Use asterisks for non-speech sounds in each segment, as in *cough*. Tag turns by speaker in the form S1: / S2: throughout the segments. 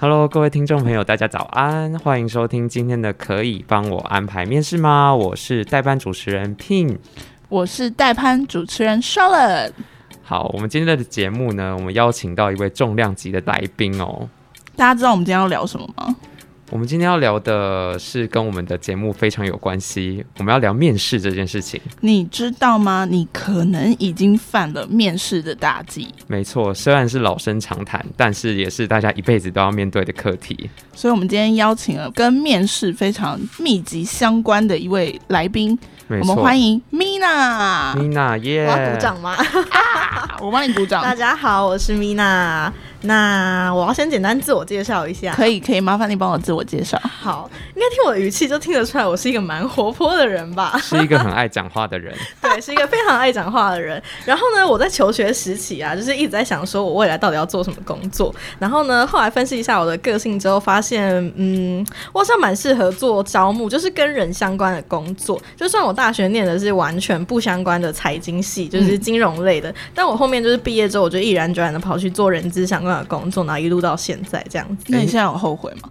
S1: Hello，各位听众朋友，大家早安，欢迎收听今天的《可以帮我安排面试吗》，我是代班主持人 Pin。
S2: 我是代班主持人 Charlotte。
S1: 好，我们今天的节目呢，我们邀请到一位重量级的来宾哦。
S2: 大家知道我们今天要聊什么吗？
S1: 我们今天要聊的是跟我们的节目非常有关系，我们要聊面试这件事情。
S2: 你知道吗？你可能已经犯了面试的大忌，
S1: 没错，虽然是老生常谈，但是也是大家一辈子都要面对的课题。
S2: 所以我们今天邀请了跟面试非常密集相关的一位来宾，
S1: 没
S2: 我
S1: 错，
S2: 们欢迎啊 Mina。
S1: Mina 耶、？
S3: 我要鼓掌吗？
S2: 我帮你鼓
S3: 大
S2: 掌，
S3: 家好，我是 Mina。那我要先简单自我介绍一下。
S2: 可以可以，麻烦你帮我自我介绍。
S3: 好，应该听我的语气就听得出来，我是一个蛮活泼的人吧
S1: 是一个很爱讲话的人，
S3: 对，是一个非常爱讲话的人。然后呢，我在求学时期啊，就是一直在想说我未来到底要做什么工作。然后呢，后来分析一下我的个性之后，发现，嗯，我好像蛮适合做招募，就是跟人相关的工作。就算我大学念的是完全不相关的财经系，就是金融类的，但我后面就是毕业之后，我就毅然决然的跑去做人资相关的工作，然后一路到现在这样子。
S2: 那你现在有后悔吗？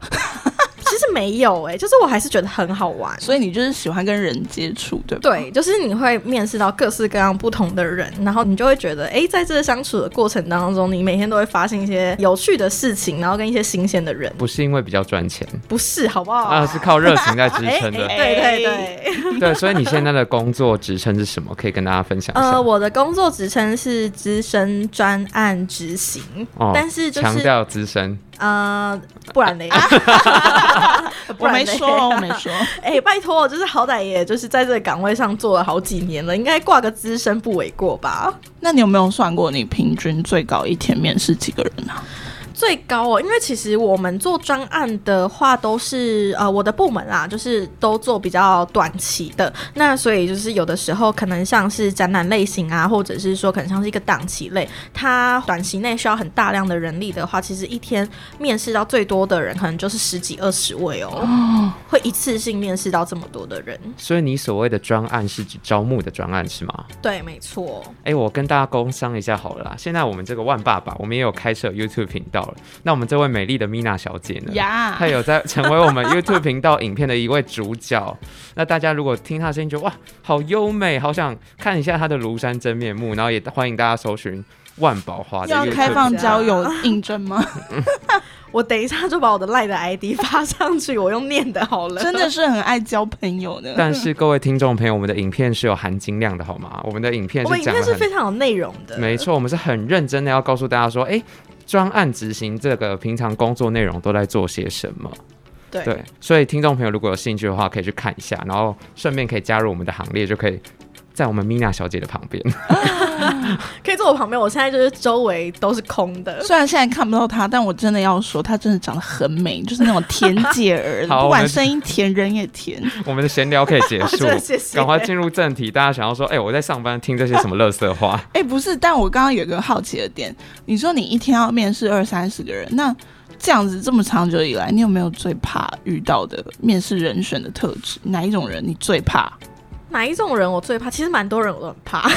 S3: 其实没有诶、就是我还是觉得很好玩。
S2: 所以你就是喜欢跟人接触，对吧？
S3: 对，就是你会面试到各式各样不同的人，然后你就会觉得，哎，在这个相处的过程当中，你每天都会发现一些有趣的事情，然后跟一些新鲜的人，
S1: 不是因为比较赚钱
S3: 不是，好不好？
S1: 啊，是靠热情在支撑
S3: *laughs*
S1: 的。
S3: 对对对， *laughs*
S1: 对，所以你现在的工作职称是什么？可以跟大家分享一下。
S3: 呃，我的工作职称是资深专案执行，
S1: 哦
S3: 但是就
S1: 强
S3: 是
S1: 调啊资深，
S3: 呃，不然嘞， *laughs* *laughs* 不
S2: 我
S3: 然
S2: 没
S3: 嘞
S2: 说哦，我没
S3: *laughs*
S2: 说。
S3: 哎、拜托，就是好歹也就是在这个岗位上做了好几年了，应该挂个资深不为过吧？
S2: 那你有没有算过你平均最高一天面试几个人啊？
S3: 最高哦，因为其实我们做专案的话，都是呃我的部门啦，就是都做比较短期的。那所以就是有的时候可能像是展览类型啊，或者是说可能像是一个档期类，它短期内需要很大量的人力的话，其实一天面试到最多的人可能就是十几二十位
S2: *laughs*
S3: 哦，会一次性面试到这么多的人。
S1: 所以你所谓的专案是指招募的专案是吗？
S3: 对，没错。
S1: 哎、我跟大家工商一下好了啦。现在我们这个万爸爸，我们也有开设 YouTube 频道了。那我们这位美丽的 Mina 小姐呢？
S2: 呀
S1: 她有在成为我们 YouTube 频道影片的一位主角。那大家如果听她的声音，觉得哇，好优美，好想看一下她的庐山真面目，然后也欢迎大家搜寻万宝华的
S2: 要
S1: YouTube
S2: 开放
S1: 频道
S2: 交友应征
S3: *laughs*
S2: 吗？
S3: 我等一下就把我的赖的 ID 发上去，我用念的好了。
S2: 真的是很爱交朋友
S3: *laughs*
S2: 的。
S1: 但是各位听众朋友，我们的影片是有含金量的，好吗？我们的影片
S3: 我们
S1: 是
S3: 影
S1: 讲了
S3: 片是
S1: 很
S3: 非常有内容的，
S1: 没错，我们是很认真的要告诉大家说，哎、专案执行这个平常工作内容都在做些什么。
S3: 对
S1: 对，所以听众朋友如果有兴趣的话，可以去看一下，然后顺便可以加入我们的行列，就可以在我们 Mina 小姐的旁边。 *laughs*
S3: 可以坐我旁边，我现在就是周围都是空的。
S2: 虽然现在看不到她，但我真的要说，她真的长得很美，就是那种甜姐儿，
S3: *laughs*
S1: 好
S2: 不
S1: 我
S2: 管
S1: 们
S2: 声音甜，人也甜。
S1: 我们的闲聊可以结束
S3: 真的 *laughs* 谢，谢
S1: 赶快进入正题。大家想要说，哎、我在上班听这些什么垃圾话？
S2: 哎、不是，但我刚刚有个好奇的点，你说你一天要面试二三十个人，那这样子这么长久以来，你有没有最怕遇到的面试人选的特质？哪一种人你最
S3: *laughs*
S2: 怕？
S3: 哪一种人我最怕？其实蛮多人我都很怕。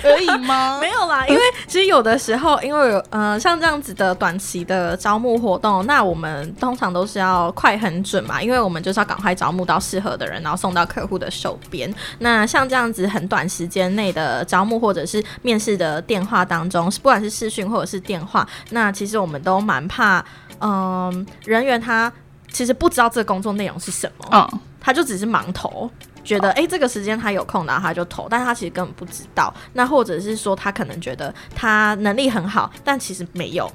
S2: 可以吗？
S3: 没有啦，因为其实有的时候， *laughs* 因为有呃像这样子的短期的招募活动，那我们通常都是要快很准嘛，因为我们就是要赶快招募到适合的人，然后送到客户的手边。那像这样子很短时间内的招募或者是面试的电话当中，不管是视讯或者是电话，那其实我们都蛮怕，嗯、人员他其实不知道这个工作内容是什么。
S2: 嗯，
S3: 他就只是盲投，觉得诶这个时间他有空，然后他就投，但他其实根本不知道。那或者是说他可能觉得他能力很好，但其实没有，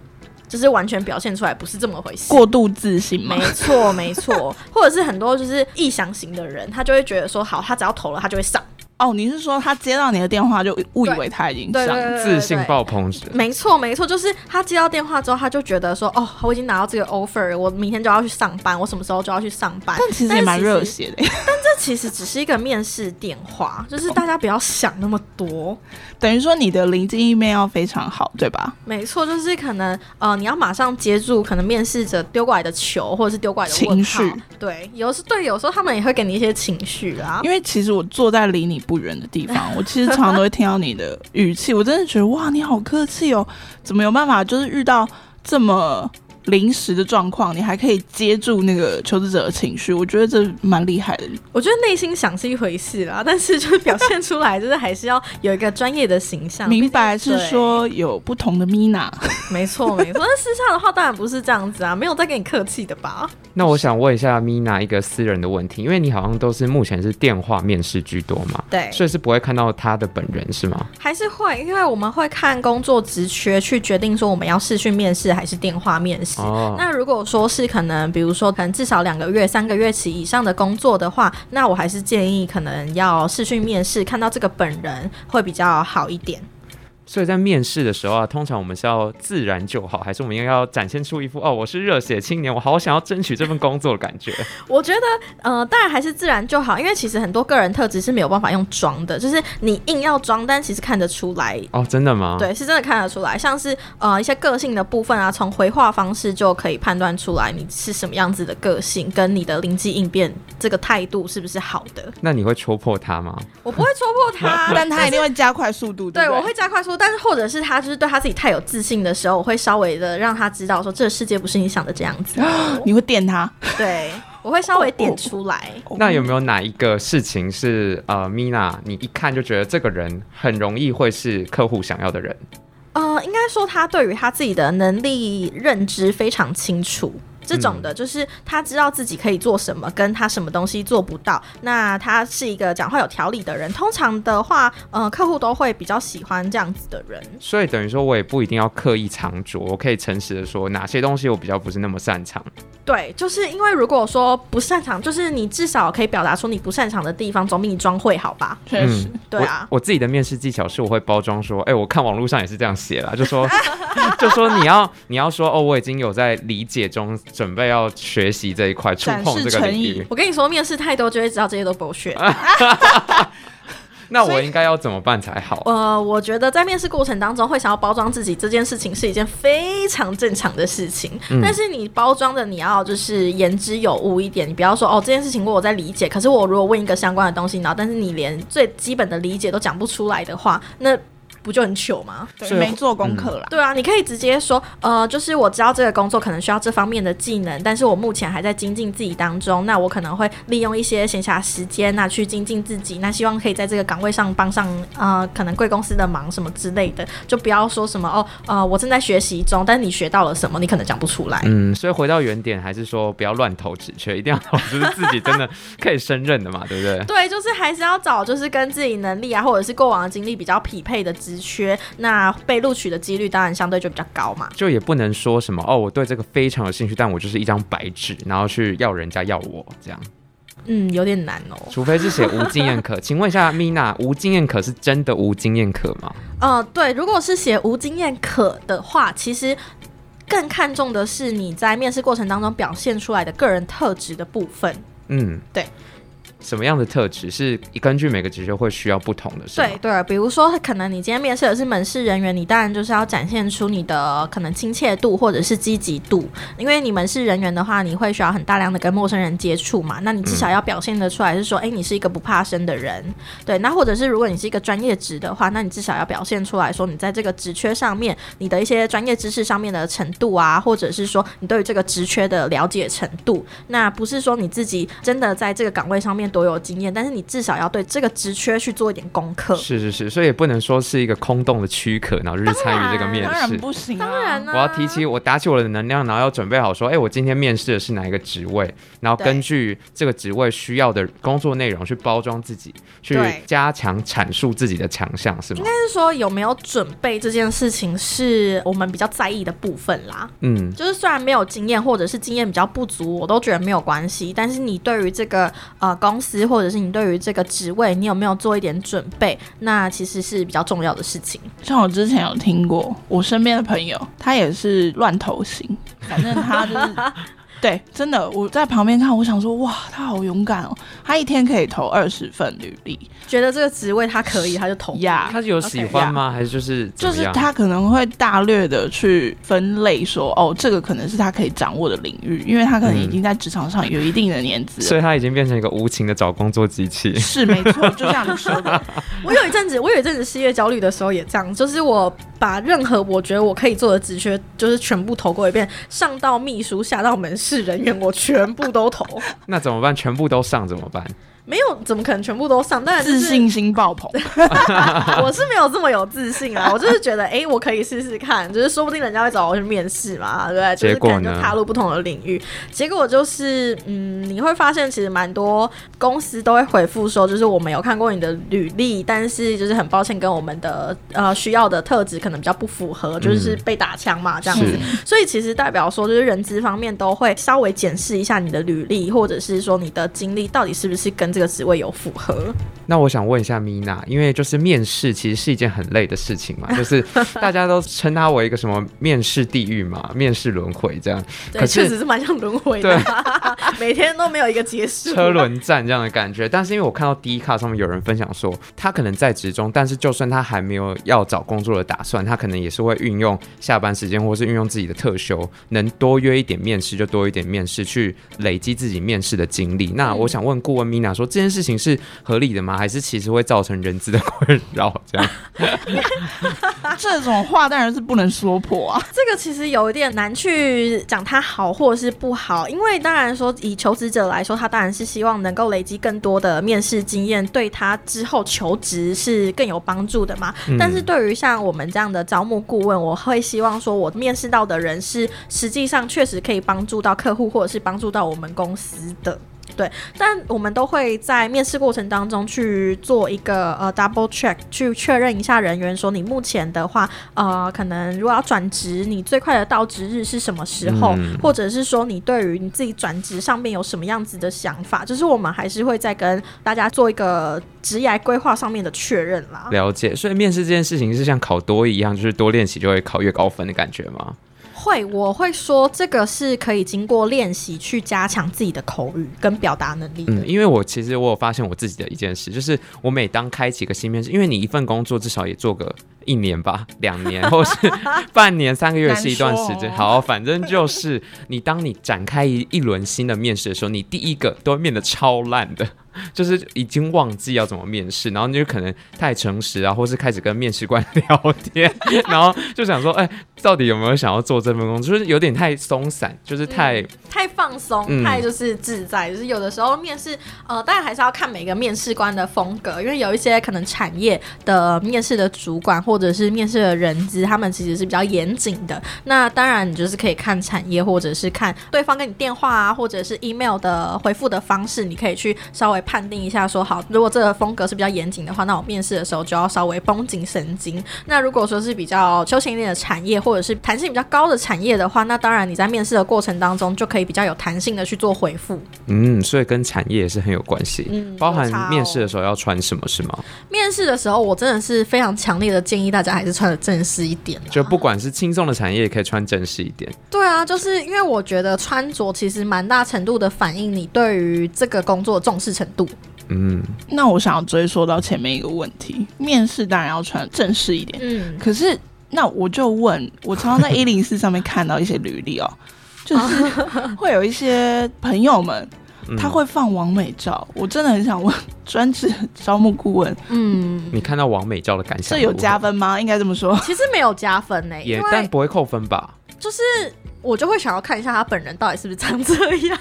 S3: 就是完全表现出来不是这么回事。
S2: 过度自信吗
S3: 没？错，没错，或者是很多就是臆想型的人，他就会觉得说，好，他只要投了，他就会
S1: *laughs*
S3: 上。
S2: 哦，你是说他接到你的电话就误以为他已经上
S3: 对 *laughs* 对对
S1: 自
S3: 对
S1: 信
S3: 对
S1: 爆棚，
S3: 没错，没错，就是他接到电话之后，他就觉得说，哦，我已经拿到这个 offer，我明天就要去上班，我什么时候就要去上班。
S2: 但其实也蛮热血 *laughs* 的，
S3: 这其实只是一个面试电话，就是
S1: 哦
S3: 大家不要想那么多。
S2: 等于说你的临近一面要非常好，对吧？
S3: 没错，就是可能呃，你要马上接住可能面试者丢过来的球，或者是丢过来的问号
S2: 情绪。
S3: 对，有时对，有时候他们也会给你一些情绪啊。
S2: 因为其实我坐在离你不远的地 *laughs* 方，我其实常常都会听到你的语气，我真的觉得哇，你好客气哦，怎么有办法就是遇到这么临时的状况，你还可以接住那个求职者的情绪，我觉得这蛮厉害的。
S3: 我觉得内心想是一回事啦， *laughs* 但是就是表现出来，就是还是要有一个专业的形象。
S2: 明白
S3: 毕竟
S2: 是，说有不同的 Mina， *laughs*
S3: 对没错没错。那私下的话当然不是这样子啊，没有在跟你客气的吧？
S1: 那我想问一下 Mina 一个私人的问题，因为你好像都是目前是电话面试居多嘛，
S3: 对，
S1: 所以是不会看到他的本人是吗？
S3: 还是会，因为我们会看工作职缺去决定说我们要视讯面试还是电话面试。
S1: 哦，
S3: 那如果说是可能，比如说可能至少两个月、三个月起以上的工作的话，那我还是建议可能要视讯面试，看到这个本人会比较好一点。
S1: 所以在面试的时候啊，通常我们是要自然就好，还是我们应该要展现出一副哦，我是热血青年，我好想要争取这份工作的感觉？
S3: 我觉得，呃，当然还是自然就好，因为其实很多个人特质是没有办法用装的，就是你硬要装，但其实看得出来。
S1: 哦，真的吗？，
S3: 对，是真的看得出来，像是呃一些个性的部分啊，从回话方式就可以判断出来你是什么样子的个性，跟你的灵机应变这个态度是不是好的。
S1: 那你会戳破他吗？
S3: 我不会戳
S2: *laughs*
S3: 破他，
S2: 但他一定会加快速度，
S3: 对，
S2: 不
S3: 我会加快速度，但是或者是他就是对他自己太有自信的时候，我会稍微的让他知道说，这个世界不是你想的这样子。
S2: 你会电他。哦
S3: 对，我会稍微点出来。
S1: 那有没有哪一个事情是呃，Mina 你一看就觉得这个人很容易会是客户想要的人？
S3: 呃，应该说他对于他自己的能力认知非常清楚。这种的，就是他知道自己可以做什么，跟他什么东西做不到。那他是一个讲话有条理的人，通常的话，呃，客户都会比较喜欢这样子的人。
S1: 所以等于说我也不一定要刻意藏拙，我可以诚实的说哪些东西我比较不是那么擅长。
S3: 对，就是因为如果说不擅长，就是你至少可以表达出你不擅长的地方，总比你装会好吧？
S2: 确实，
S3: 对啊，
S1: 嗯我，我自己的面试技巧是我会包装说，哎、我看网络上也是这样写啦，就说 *laughs* 就说你要你要说哦，我已经有在理解中准备要学习这一块，触
S2: 展
S1: 碰
S2: 示
S1: 这个
S2: 诚
S1: 领
S2: 意
S1: 域，
S3: 我跟你说，面试太多就会知道这些都 bullshit。
S1: 那
S3: 所以
S1: 我应该要怎么办才好？
S3: 呃，我觉得在面试过程当中会想要包装自己这件事情是一件非常正常的事情，但是你包装的你要就是言之有物一点，你不要说哦这件事情我在理解，可是我如果问一个相关的东西，然后但是你连最基本的理解都讲不出来的话，那不就很糗吗？
S1: 所
S2: 对，
S1: 以
S2: 没做功课啦。
S3: 对啊，你可以直接说，呃，就是我知道这个工作可能需要这方面的技能，但是我目前还在精进自己当中，那我可能会利用一些闲暇时间那、去精进自己，那希望可以在这个岗位上帮上呃可能贵公司的忙什么之类的，就不要说什么哦，呃，我正在学习中，但你学到了什么，你可能讲不出来。
S1: 嗯，所以回到原点，还是说不要乱投纸缺，一定要投就是自己真的可以胜任的嘛，对不对？
S3: 对，就是还是要找就是跟自己能力啊，或者是过往的经历比较匹配的职缺，那被录取的几率当然相对就比较高嘛。
S1: 就也不能说什么哦，我对这个非常有兴趣，但我就是一张白纸，然后去要人家要我这样，
S3: 嗯，有点难哦。
S1: 除非是写无经验可。请问一下，Mina，无经验可是真的无经验可吗？
S3: 呃，对，如果是写无经验可的话，其实更看重的是你在面试过程当中表现出来的个人特质的部分。
S1: 嗯，
S3: 对。
S1: 什么样的特质是根据每个职业会需要不同的？是吗
S3: 对，对，比如说，可能你今天面试的是门市人员，你当然就是要展现出你的可能亲切度或者是积极度，因为你门市人员的话，你会需要很大量的跟陌生人接触嘛，那你至少
S1: 嗯
S3: 要表现得出来是说，哎、你是一个不怕生的人，对，那或者是如果你是一个专业职的话，那你至少要表现出来说你在这个职缺上面，你的一些专业知识上面的程度啊，或者是说你对于这个职缺的了解程度，那不是说你自己真的在这个岗位上面多有经验，但是你至少要对这个职缺去做一点功课。
S1: 是是是，所以也不能说是一个空洞的躯壳，然后嗯就是参与这个面
S2: 当然
S1: 试。
S2: 不行、啊，
S3: 当然呢、
S1: 我要提起我打起我的能量，然后要准备好说，哎、我今天面试的是哪一个职位，然后
S3: 对
S1: 根据这个职位需要的工作内容去包装自己，去
S3: 对
S1: 加强阐述自己的强项，是吗？
S3: 就是说有没有准备这件事情是我们比较在意的部分啦。
S1: 嗯，
S3: 就是虽然没有经验或者是经验比较不足，我都觉得没有关系。但是你对于这个呃公司或者是你对于这个职位，你有没有做一点准备？那其实是比较重要的事情。
S2: 像我之前有
S1: *laughs*
S2: 听过，我身边的朋友他也是乱投型，反正他就是对，真的，我在旁边看，我想说，哇，他好勇敢哦！他一天可以投二十份履历，
S3: 觉得这个职位他可以，他就投。
S2: 呀
S1: 他是有喜欢吗？还是就是怎
S2: 就
S1: 么
S2: 是
S1: 样？
S2: 他可能会大略的去分类说，哦，这个可能是他可以掌握的领域，因为他可能已经在职场上有一定的年资了。
S1: 所以他已经变成一个无情的找工作机器。 *laughs*
S2: *laughs* 是没错，就像你说的，
S3: *laughs* 我有一阵子，我有一阵子失业焦虑的时候也这样，就是我把任何我觉得我可以做的职缺，就是全部投过一遍，上到秘书，下到门市人员，我全部
S2: *laughs*
S3: 都投。
S1: 那怎么办？全部都上怎么办？
S3: 没有，怎么可能全部都上？当然、就是、
S2: 自信心
S1: *laughs*
S2: 爆棚。
S3: *laughs* 我是没有这么有自信啊，我就是觉得，哎、我可以试试看，就是说不定人家会找我去面试嘛，对不对？就是
S1: 结果
S3: 可能
S1: 呢
S3: 就踏入不同的领域。结果就是，嗯，你会发现其实蛮多公司都会回复说，就是我们有看过你的履历，但是就是很抱歉，跟我们的呃需要的特质可能比较不符合，就是被打枪嘛，这样子。
S1: 嗯是
S3: 所以其实代表说，就是人资方面都会稍微检视一下你的履历，或者是说你的经历到底是不是跟这个职位有符合。
S1: 那我想问一下米娜，因为就是面试其实是一件很累的事情嘛，就是大家都称它为一个什么面试地狱嘛、面试轮回这样，
S3: 对，
S1: 可是
S3: 确实是蛮像轮回的， *laughs* 每天都没有一个结束。
S1: 车轮战这样的感觉。但是因为我看到第一卡上面有人分享说，他可能在职中，但是就算他还没有要找工作的打算，他可能也是会运用下班时间，或是运用自己的特休，能多约一点面试就多一点面试，去累积自己面试的经历。那我想问顾问米娜说，这件事情是合理的吗？还是其实会造成人资的困扰？这样
S2: 这种话当然是不能说破啊。
S3: 这个其实有一点难去讲它好或者是不好，因为当然说以求职者来说，他当然是希望能够累积更多的面试经验，对他之后求职是更有帮助的嘛。
S1: 嗯
S3: 但是对于像我们这样的招募顾问，我会希望说我面试到的人是实际上确实可以帮助到客户，或者是帮助到我们公司的。对，但我们都会在面试过程当中去做一个呃 double check，去确认一下人员说你目前的话呃，可能如果要转职，你最快的到职日是什么时候？
S1: 嗯
S3: 或者是说你对于你自己转职上面有什么样子的想法？就是我们还是会再跟大家做一个职业规划上面的确认啦。
S1: 了解，所以面试这件事情是像考多一样，就是多练习就会考越高分的感觉吗？
S3: 会，我会说这个是可以经过练习去加强自己的口语跟表达能力的。
S1: 嗯，因为我其实我有发现我自己的一件事，就是我每当开启一个新面试，因为你一份工作至少也做个一年吧，两年或
S2: *laughs*
S1: 是半年、三个月是一段时间。
S2: 难说哦
S1: 好，反正就是你当你展开一一轮新的面试的时候，你第一个都会面的超烂的。就是已经忘记要怎么面试，然后你就可能太诚实啊，或是开始跟面试官 *laughs* 聊天，然后就想说，哎、到底有没有想要做这份工作？就是有点太松散，就是太、
S3: 太放松，
S1: 嗯
S3: 太就是自在，就是有的时候面试，呃，当然还是要看每个面试官的风格，因为有一些可能产业的面试的主管或者是面试的人资，他们其实是比较严谨的。那当然，你就是可以看产业，或者是看对方跟你电话啊，或者是 email 的回复的方式，你可以去稍微判定一下说好，如果这个风格是比较严谨的话，那我面试的时候就要稍微绷紧神经。那如果说是比较休闲一点的产业，或者是弹性比较高的产业的话，那当然你在面试的过程当中就可以比较有弹性的去做回复。
S1: 嗯，所以跟产业也是很有关系，
S3: 嗯
S1: 包
S3: 有差
S1: 含
S3: 哦
S1: 面试的时候要穿什么是吗？
S3: 面试的时候，我真的是非常强烈的建议大家还是穿的正式一点啦。啊
S1: 就不管是轻松的产业，也可以穿正式一点。
S3: 对啊，就是因为我觉得穿着其实蛮大程度的反映你对于这个工作的重视程度。
S1: 嗯，
S2: 那我想要追溯到前面一个问题，面试当然要穿正式一点，
S3: 嗯，
S2: 可是那我就问，我常常在一零四上面看到一些履历哦，就是会有一些朋友们
S1: 嗯
S2: 他，会放完美照，我真的很想问专职招募顾问，
S3: 嗯，
S1: 你看到王美照的感想，
S2: 这有加，分吗？应该这么
S3: *laughs*
S2: 说，
S3: 其实没有加分呢、因
S1: 也但
S3: 为
S1: 不会扣分
S3: *laughs*
S1: 吧？
S3: 就是我就会想要看一下他本人到底是不是长这样，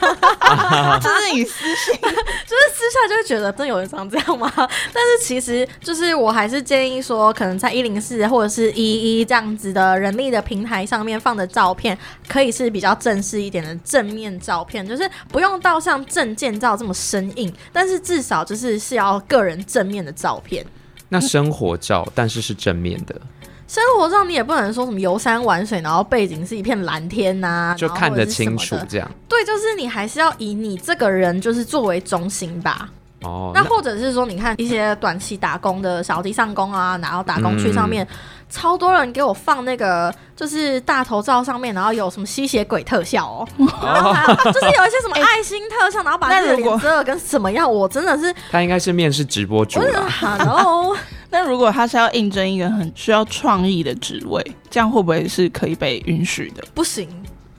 S2: 就是你私信
S3: 就是私下就会觉得真有人长这样吗？ *laughs* 但是其实就是我还是建议说，可能在一零四或者是一一这样子的人力的平台上面放的照片，可以是比较正式一点的正面照片，就是不用到像证件照这么生硬，但是至少就是是要个人正面的照片。
S1: 那生活照，但是是正面的，
S3: 生活上你也不能说什么游山玩水，然后背景是一片蓝天呐、
S1: 就
S3: 啊然后
S1: 看
S3: 或者
S1: 得
S3: 是什
S1: 清
S3: 么
S1: 楚
S3: 的
S1: 这样。
S3: 对，就是你还是要以你这个人就是作为中心吧。
S1: 哦，
S2: 嗯
S3: 那或者是说，你看一些短期打工的小弟上工啊，然后打工去上面，超多人给我放那个就是大头照上面，然后有什么吸血鬼特效
S2: *laughs*
S3: 哦，然后还有就是有一些什么爱心特效，然后把
S2: 那
S3: 那个
S2: 如果
S3: 脸遮的跟什么样，我真的是
S1: 他应该是面试直播主
S3: 我啊真的
S1: 啦。
S2: *laughs*
S3: hello，
S2: 那如果他是要应征一个很需要创意的职位，这样会不会是可以被允许的？
S3: 不行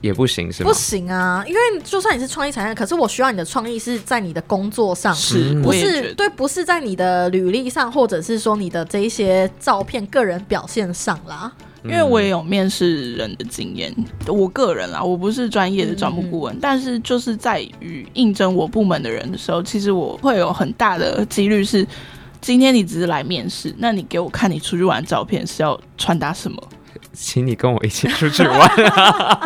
S1: 也不行是吗
S3: 不？行啊，因为就算你是创意产业，可是我需要你的创意是在你的工作上，
S2: 是，
S1: 嗯
S3: 啊不
S2: 我也觉
S3: 是
S2: 得。
S3: 对，不是在你的履历上，或者是说你的这一些照片、个人表现上啦。
S2: 因为我也有面试人的经验，我个人啦，我不是专业的
S3: 嗯
S2: 招募顾问，但是就是在于应征我部门的人的时候，其实我会有很大的几率是，今天你只是来面试，那你给我看你出去玩的照片是要穿搭什么？
S1: 请你跟我一起出去
S3: *laughs*
S1: 玩。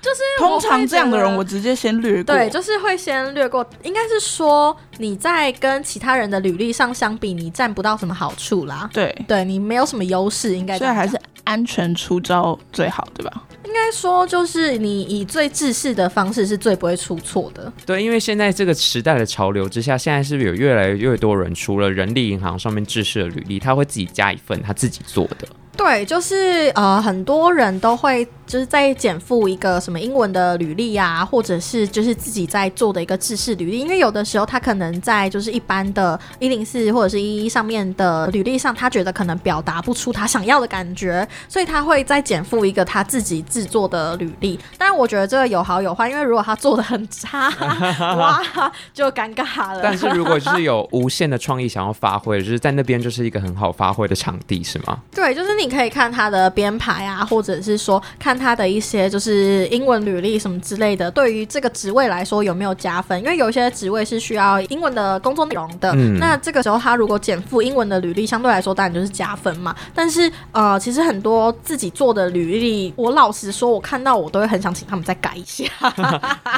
S3: 就是
S2: 通常这样的人，我
S3: 嗯我会觉
S2: 直接先略过。
S3: 得对，就是会先略过。应该是说你在跟其他人的履历上相比，你占不到什么好处啦。
S2: 对，
S3: 对你没有什么优势，应该这
S2: 所以
S3: 样
S2: 还
S3: 讲
S2: 是安全出招最好，对吧？
S3: 应该说，就是你以最制式的方式是最不会出错的。
S1: 对，因为现在这个时代的潮流之下，现在是不是有越来越多人除了人力银行上面制式的履历，他会自己加一份他自己做的？
S3: 对，就是呃，很多人都会就是在减负一个什么英文的履历啊，或者是就是自己在做的一个制式履历，因为有的时候他可能在就是一般的一零四或者是一一上面的履历上，他觉得可能表达不出他想要的感觉，所以他会再减负一个他自己制作的履历。但我觉得这个有好有坏，因为如果他做的很差，哇，就尴尬了。
S1: 但是如果就是有无限的创意想要发挥，就是在那边就是一个很好发挥的场地，是
S3: *laughs*
S1: 吗？
S3: 对，就是你可以看他的编排啊，或者是说看他的一些就是英文履历什么之类的，对于这个职位来说有没有加分？因为有一些职位是需要英文的工作内容的，
S1: 嗯
S3: 那这个时候他如果减负英文的履历，相对来说当然就是加分嘛。但是呃，其实很多自己做的履历，我老实说，我看到我都会很想请他们再改
S1: *laughs*
S3: 一下，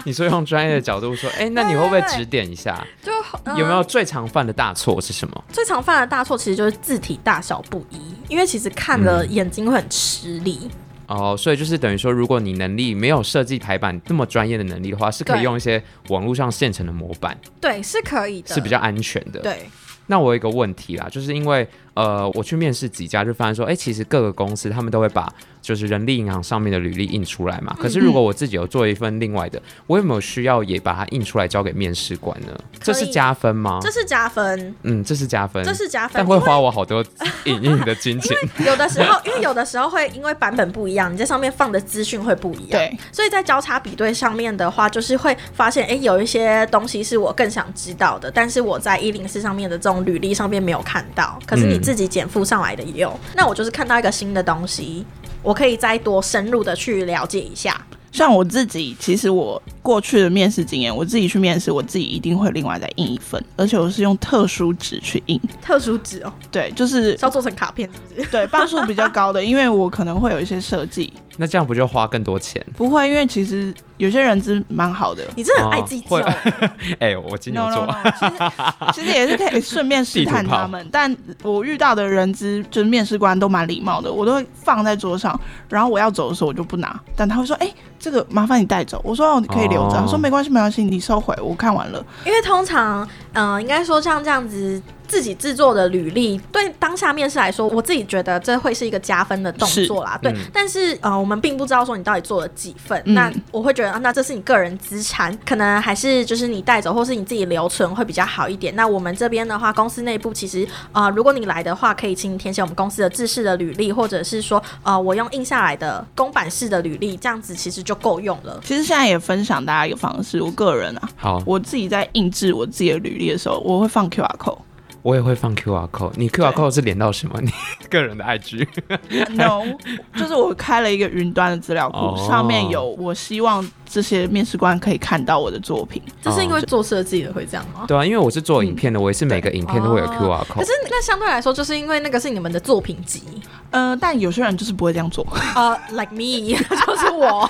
S1: 你说用专业的角度说，哎、那你会不会
S3: 对
S1: 指点一下，
S3: 就、呃
S1: 有没有最常犯的大错是什么？
S3: 最常犯的大错其实就是字体大小不一，因为其实看了
S1: 嗯
S3: 眼睛会很吃力。
S1: 哦，所以就是等于说，如果你能力没有设计排版那么专业的能力的话，是可以
S3: 对
S1: 用一些网络上现成的模板，
S3: 对，是可以的，
S1: 是比较安全的。
S3: 对。
S1: 那我有一个问题啦，就是因为呃，我去面试几家，就发现说，哎、其实各个公司他们都会把就是人力银行上面的履历印出来嘛。可是如果我自己有做一份另外的，我有没有需要也把它印出来交给面试官呢？这是加分吗？
S3: 这是加分，
S1: 嗯，这是加分，
S3: 这是加分。
S1: 但会花我好多影印的金 *laughs* 钱。
S3: 因为有的时候，因为有的时候会因为版本不一样，你在上面放的资讯会不一样。
S2: 对，
S3: 所以在交叉比对上面的话，就是会发现，哎、有一些东西是我更想知道的，但是我在一零四上面的这种履历上面没有看到，可是你
S1: 嗯
S3: 自己减负上来的也有。那我就是看到一个新的东西，我可以再多深入的去了解一下。
S2: 像我自己，其实我过去的面试经验，我自己去面试，我自己一定会另外再印一份，而且我是用特殊纸去印。
S3: 特殊纸哦，
S2: 对，就是
S3: 是要做成卡片是不
S2: *laughs*
S3: 是？
S2: 对磅数比较高的，因为我可能会有一些设计，
S1: 那这样不就花更多 *laughs* 钱？
S2: 不会，因为其实有些人是蛮好的。
S3: 你真的很爱计较
S1: 哦会，哎、我金牛
S2: No
S1: 座
S2: no no，其实其实也是可以顺便试探他们，但我遇到的人资就是面试官都蛮礼貌的，我都会放在桌上，然后我要走的时候我就不拿，但他会说，哎、这个麻烦你带走，我说哦，你可以留着，
S1: 哦
S2: 他说没关系没关系，你收回，我看完了。
S3: 因为通常，嗯、应该说像这样子自己制作的履历，对当下面试来说，我自己觉得这会是一个加分的动作啦。
S1: 是
S3: 对，
S1: 嗯
S3: 但是呃，我们并不知道说你到底做了几份，
S2: 嗯
S3: 那我会觉得、啊，那这是你个人资产，可能还是就是你带走，或是你自己留存会比较好一点。那我们这边的话，公司内部其实呃，如果你来的话，可以请你填写我们公司的制式的履历，或者是说呃，我用印下来的公版式的履历，这样子其实就够用
S1: 啊
S3: 了。
S2: 其实现在也分享大家一个方式，我个人啊，
S1: 好，
S2: 我自己在印制我自己的履历的时候，我会放 QR code。
S1: 我也会放 QR code。你 QR code 是连到什么？你个人的 IG？
S2: no，就是 *laughs* 我开了一个云端的资料库，
S1: 哦
S2: 上面有我希望这些面试官可以看到我的作品。
S3: 这是因为做设计的会这样吗？
S1: *laughs* 对啊，因为我是做影片的，我也是每个影片都会有哦 QR
S3: 可
S1: code
S3: 是。那相对来说，就是因为那个是你们的作品
S2: *laughs*
S3: 集，
S2: 呃，但有些人就是不会这
S3: *laughs*
S2: 样做。
S3: 呃、l i k e me，就是 *laughs*
S2: *laughs*
S3: 我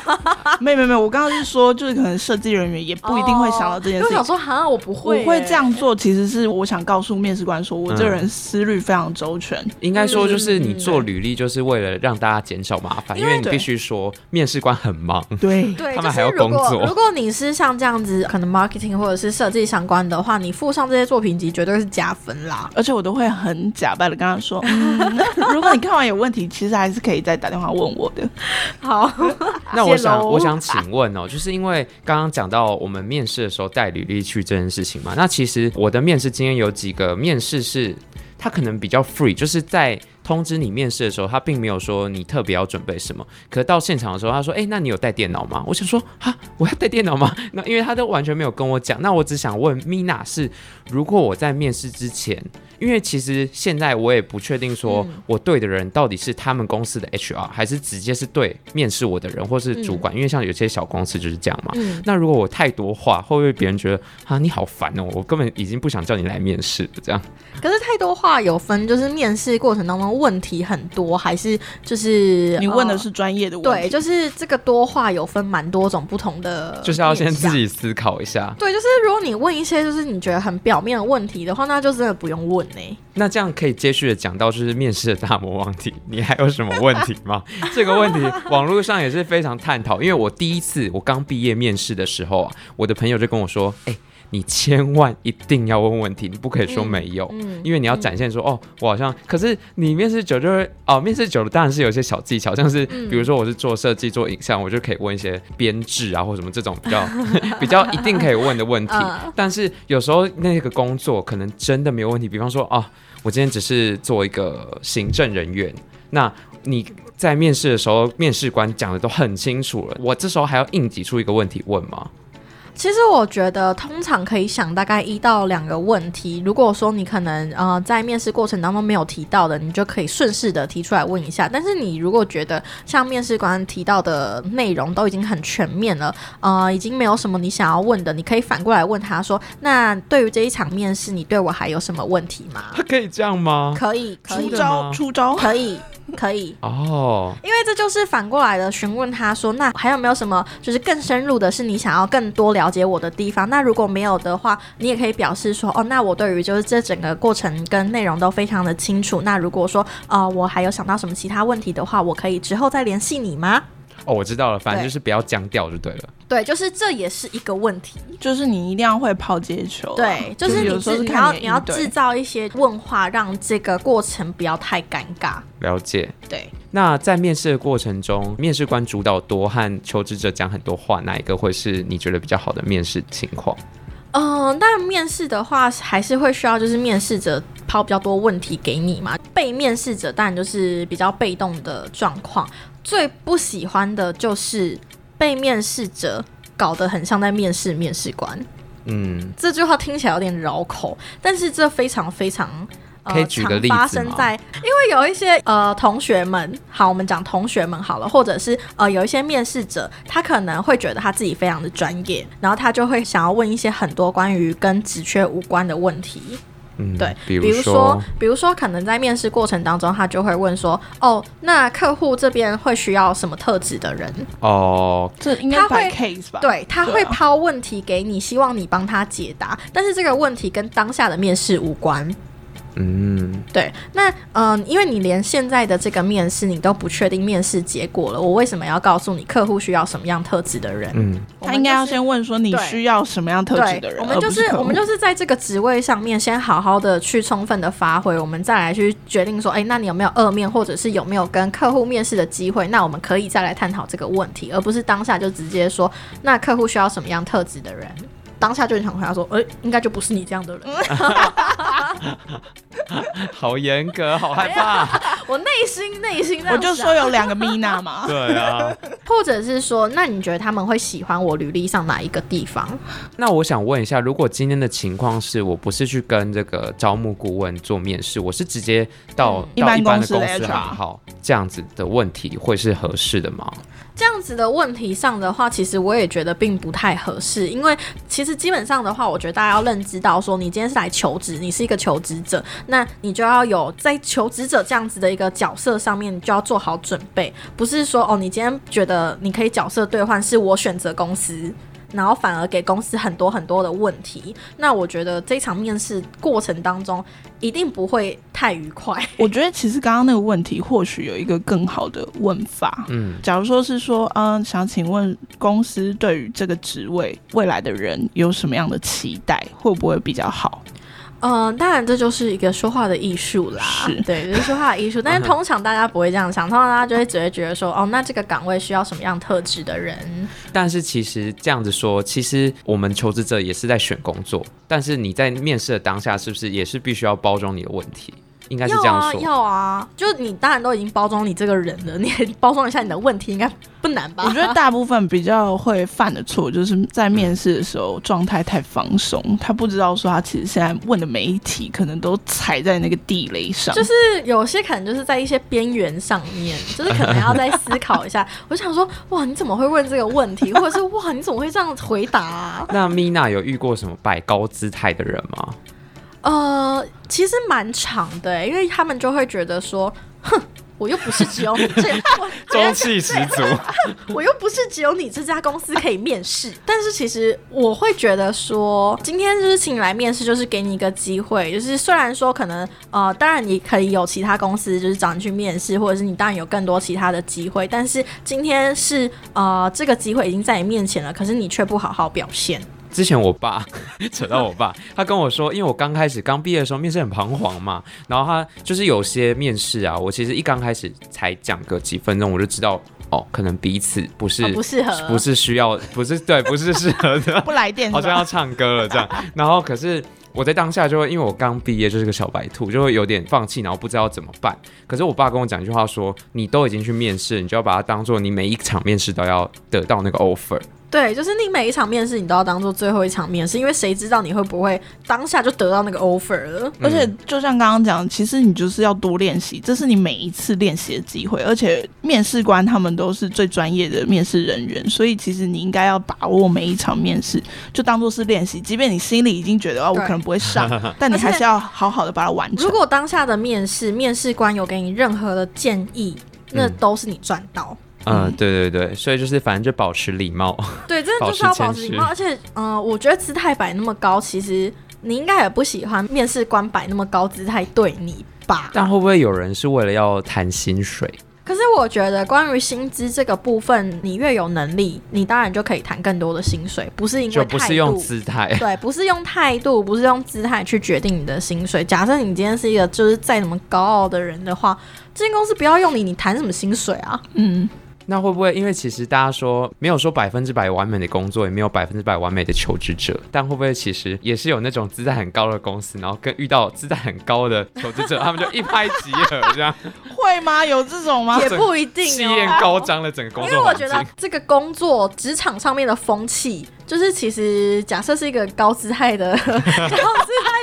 S2: 没有没有没有，我刚刚是说，就是可能设计人员也不一定会想到这件
S3: 哦因为
S2: 事
S3: 我
S2: 情。
S3: 想说，哈，我不
S2: 我
S3: 会、
S2: 会这。样做，其实是我想告诉面试官说，我这
S3: 嗯
S2: 个人思虑非常周全。
S1: 应该说就是你做履历，就是为了让大家减少麻烦，
S2: 因
S1: 因
S2: 为
S1: 为你必须说面试官很忙。
S2: 对，
S3: 对，
S1: 他
S3: 就
S1: 们
S3: 是
S1: 还要
S3: 如
S1: 工
S3: 果
S1: 作
S3: 如果你是像这样子，可能 marketing 或者是设计相关的话，你附上这些作品集绝对是加分啦。 *laughs*
S2: 而且我都会很假扮的跟他说，嗯，如果你看完有问题，其实还是可以再打电话问我的。
S3: 好，
S1: 那我想，
S3: 谢喽
S1: 我想请问哦，就是因为刚刚讲到我们面试的时候带履历去这件事情嘛，那其实我的面试经验有几个面试是，他可能比较 free，就是在通知你面试的时候，他并没有说你特别要准备什么，可到现场的时候，他说，哎、那你有带电脑吗？我想说，哈，我要带电脑吗？ *laughs* 那因为他都完全没有跟我讲，那我只想问 Mina 是，如果我在面试之前。因为其实现在我也不确定说
S3: 嗯
S1: 我对的人到底是他们公司的 HR，还是直接是对面试我的人或是主管，因为像有些小公司就是这样嘛。
S3: 嗯，
S1: 那如果我太多话，会不会别人觉得啊你好烦哦？我根本已经不想叫你来面试了这样。
S3: 可是太多话有分，就是面试过程当中问题很多，还是就是
S2: 你问的
S3: 呃
S2: 是专业的问
S3: 对，
S2: 题，
S3: 就是这个多话有分蛮多种不同的，
S1: 就是要先自。己思考一下。
S3: 对，就是如果你问一些就是你觉得很表面的问题的话，那就真的不用问呢、
S1: 那这样可以接续的讲到就是面试的大魔王题，你还有什么问题吗？这个问题网络上也是非常探讨，因为我第一次我刚毕业面试的时候啊，我的朋友就跟我说，哎、你千万一定要问问题，你不可以说没有。
S3: 嗯，
S1: 因为你要展现说、哦，我好像，可是你面试久就会哦，面试久了当然是有一些小技巧，像是
S3: 嗯
S1: 比如说我是做设计、做影像，我就可以问一些编制啊或什么这种比
S3: *laughs*
S1: 较比较一定可以问的问题。
S3: 嗯
S1: 但是有时候那个工作可能真的没有问题，比方说哦，我今天只是做一个行政人员，那你。在面试的时候，面试官讲的都很清楚了，我这时候还要硬挤出一个问题问吗？
S3: 其实我觉得通常可以想大概一到两个问题。如果说你可能呃在面试过程当中没有提到的，你就可以顺势的提出来问一下。但是你如果觉得像面试官提到的内容都已经很全面了，呃，已经没有什么你想要问的，你可以反过来问他说：“那对于这一场面试，你对我还有什么问题吗
S1: 他可以这样吗？”？ *laughs*
S3: 可以，可
S2: 出
S3: 以
S1: 真，的吗
S2: 招出招，
S3: 可以，可以。
S1: 哦，
S3: 因为这就是反过来的询问他说，那还有没有什么就是更深入的是你想要更多了解我的地方？那如果没有的话，你也可以表示说，哦，那我对于就是这整个过程跟内容都非常的清楚。那如果说呃我还有想到什么其他问题的话，我可以之后再联系你吗？
S1: 哦，我知道了，反正就是不要僵掉就对了。
S3: 对，就是这也是一个问题。
S2: 就是你一定要会抛接球啊。
S3: 对，就是你
S2: 有时候
S3: 自
S2: 是
S3: 你
S2: 看
S3: 要
S2: 你的
S3: 你要
S2: 应对
S3: 制造一些问话，让这个过程不要太尴尬。
S1: 了解。
S3: 对，
S1: 那在面试的过程中，面试官主导多和求职者讲很多话，哪一个会是你觉得比较好的面试情况？
S3: 嗯，那面试的话还是会需要，就是面试者抛比较多问题给你嘛。被面试者当然就是比较被动的状况，最不喜欢的就是被面试者搞得很像在面试面试官。
S1: 嗯，
S3: 这句话听起来有点绕口，但是这非常非常。呃
S1: 可以举个例子吗
S3: 常发生在，因为有一些呃同学们，好，我们讲同学们好了，或者是呃有一些面试者，他可能会觉得他自己非常的专业，然后他就会想要问一些很多关于跟职缺无关的问题。
S1: 嗯
S3: 对，
S1: 比
S3: 比如
S1: 说
S3: 说，，比如说，可能在面试过程当中，他就会问说，哦，那客户这边会需要什么特质的人？
S1: 哦，
S2: 这应
S3: 他
S2: 该摆
S3: 会
S2: case 吧？，
S3: 对，他
S2: 对
S3: 会
S2: 啊
S3: 抛问题给你，希望你帮他解答，但是这个问题跟当下的面试无关。
S1: 嗯，
S3: 对，那嗯、因为你连现在的这个面试你都不确定面试结果了，我为什么要告诉你客户需要什么样特质的人？
S1: 嗯，
S3: 我们
S2: 他应该
S3: 就
S2: 要
S3: 是
S2: 先问说你
S3: 对
S2: 需要什么样特质
S3: 对，
S2: 的人，
S3: 我们
S2: 而
S3: 就
S2: 不
S3: 是
S2: 客户
S3: 我们就是在这个职位上面，先好好的去充分的发挥，我们再来去决定说，哎，那你有没有二面，或者是有没有跟客户面试的机会？那我们可以再来探讨这个问题，而不是当下就直接说，那客户需要什么样特质的人？当下就很想回答说，哎，应该就不是你这样的
S2: 嗯
S3: 人。
S1: *laughs* 好严格，好害怕。
S3: 我内心内心这样
S2: 我
S3: 啊
S2: 就
S3: 想
S2: 说有两个 Mina
S3: *laughs*
S1: *laughs*
S2: 嘛，
S1: 对啊，
S3: 或者是说，那你觉得他们会喜欢我履历上哪一个地方？
S1: 那我想问一下，如果今天的情况是我不是去跟这个招募顾问做面试，我是直接到、
S3: 嗯
S1: 到
S2: 一般
S1: 一般的
S2: 公司的
S1: 公司
S2: HR
S1: 行号，这样子的问题会是合适的吗？
S3: 这样子的问题上的话，其实我也觉得并不太合适，因为其实基本上的话，我觉得大家要认知到说，你今天是来求职，你是一个求职者，那你就要有在求职者这样子的一个角色上面，你就要做好准备，不是说哦，你今天觉得你可以角色兑换，是我选择公司。然后反而给公司很多很多的问题，那我觉得这场面试过程当中一定不会太愉快。
S2: 我觉得其实刚刚那个问题或许有一个更好的问法。
S1: 嗯，
S2: 假如说是说，嗯，想请问公司对于这个职位未来的人有什么样的期待，会不会比较好？
S3: 嗯，当然这就是一个说话的艺术啦，
S2: 是
S3: 对，就是说话的艺术。
S1: 嗯
S3: 但是通常大家不会这样想，通常大家就会只会觉得说，哦，那这个岗位需要什么样特质的人？
S1: 但是其实这样子说，其实我们求职者也是在选工作，但是你在面试的当下，是不是也是必须要包装你的问题？应该是
S3: 要
S1: 这样
S3: 啊，
S1: 说。
S3: 要啊，就是你当然都已经包装你这个人了，你也包装一下你的问题，应该不难吧？
S2: 我觉得大部分比较会犯的错，就是在面试的时候状态太放松，他不知道说他其实现在问的每一题可能都踩在那个地雷上，
S3: *laughs* 就是有些可能就是在一些边缘上面，就是可能要再思考一下。我想说，哇，你怎么会问这个问题？或者是哇，你怎么会这样回答、啊？
S1: 那 Mina 有遇过什么摆高姿态的人吗？
S3: 呃，其实蛮长的、欸因为他们就会觉得说，哼。我又不是只有你这，我
S1: 中气十足，
S3: 我又不是只有你这家公司可以面试。 *laughs* 但是其实我会觉得说，今天就是请你来面试，就是给你一个机会。就是虽然说可能呃，当然你可以有其他公司就是找你去面试，或者是你当然有更多其他的机会，但是今天是呃这个机会已经在你面前了，可是你却不好好表现。
S1: 之前我爸扯到我爸，他跟我说，因为我刚开始刚毕业的时候面试很彷徨嘛，然后他就是有些面试啊，我其实一刚开始才讲个几分钟，我就知道哦，可能彼此哦不是、
S3: 啊不适合
S1: 不是需要，不是对，不是适合的，
S2: 不来电
S1: 好
S2: 是
S1: 像要
S2: 吧？
S1: 唱歌了这样。然后可是我在当下就会，因为我刚毕业就是个小白兔，就会有点放弃，然后不知道怎么办。可是我爸跟我讲一句话说：“你都已经去面试，你就要把它当做你每一场面试都要得到那个 offer。
S3: 对，就是你每一场面试，你都要当做最后一场面试，因为谁知道你会不会当下就得到那个 offer 了？
S2: 而且
S1: 嗯
S2: 就像刚刚讲，其实你就是要多练习，这是你每一次练习的机会。而且面试官他们都是最专业的面试人员，所以其实你应该要把握每一场面试，就当做是练习。即便你心里已经觉得啊，我
S3: 对
S2: 可能不
S1: *laughs*
S2: 会上，但你还是要好好的把它完成
S3: 如。果当下的面试面试官有给你任何的建议，那
S1: 嗯
S3: 都是你赚到。
S1: 嗯，对对对，所以就是反正就保持礼貌。 *laughs*
S3: 对，真的就是要保持礼貌。而且，嗯、我觉得姿态摆那么高，其实你应该也不喜欢面试官摆那么高姿态对你吧？
S1: 但会不会有人是为了要谈薪水？
S3: 可是我觉得，关于薪资这个部分，你越有能力，你当然就可以谈更多的薪水，不是因为
S1: 就不
S3: 态
S1: 是用
S3: 度
S1: 姿态。
S3: 对，不是用态度，不是用姿态去决定你的薪水。假设你今天是一个就是再怎么高傲的人的话，这间公司不要用你，你谈什么薪水啊？
S2: 嗯，
S1: 那会不会因为其实大家说没有说百分之百完美的工作，也没有百分之百完美的求职者，但会不会其实也是有那种姿态很高的公司，然后跟遇到姿态很高的求职者，他们就一拍即合，这
S3: *laughs*
S1: 样
S2: 会吗？有这
S1: *laughs*
S2: 种吗？
S3: 也不一定、哦，
S1: 气焰高涨了整个工
S3: 因为
S1: 作
S3: 我
S1: 环
S3: 觉
S1: 境。
S3: 得这个工作职场上面的风气，就是其实假设是一个高姿态的 *laughs* 高姿态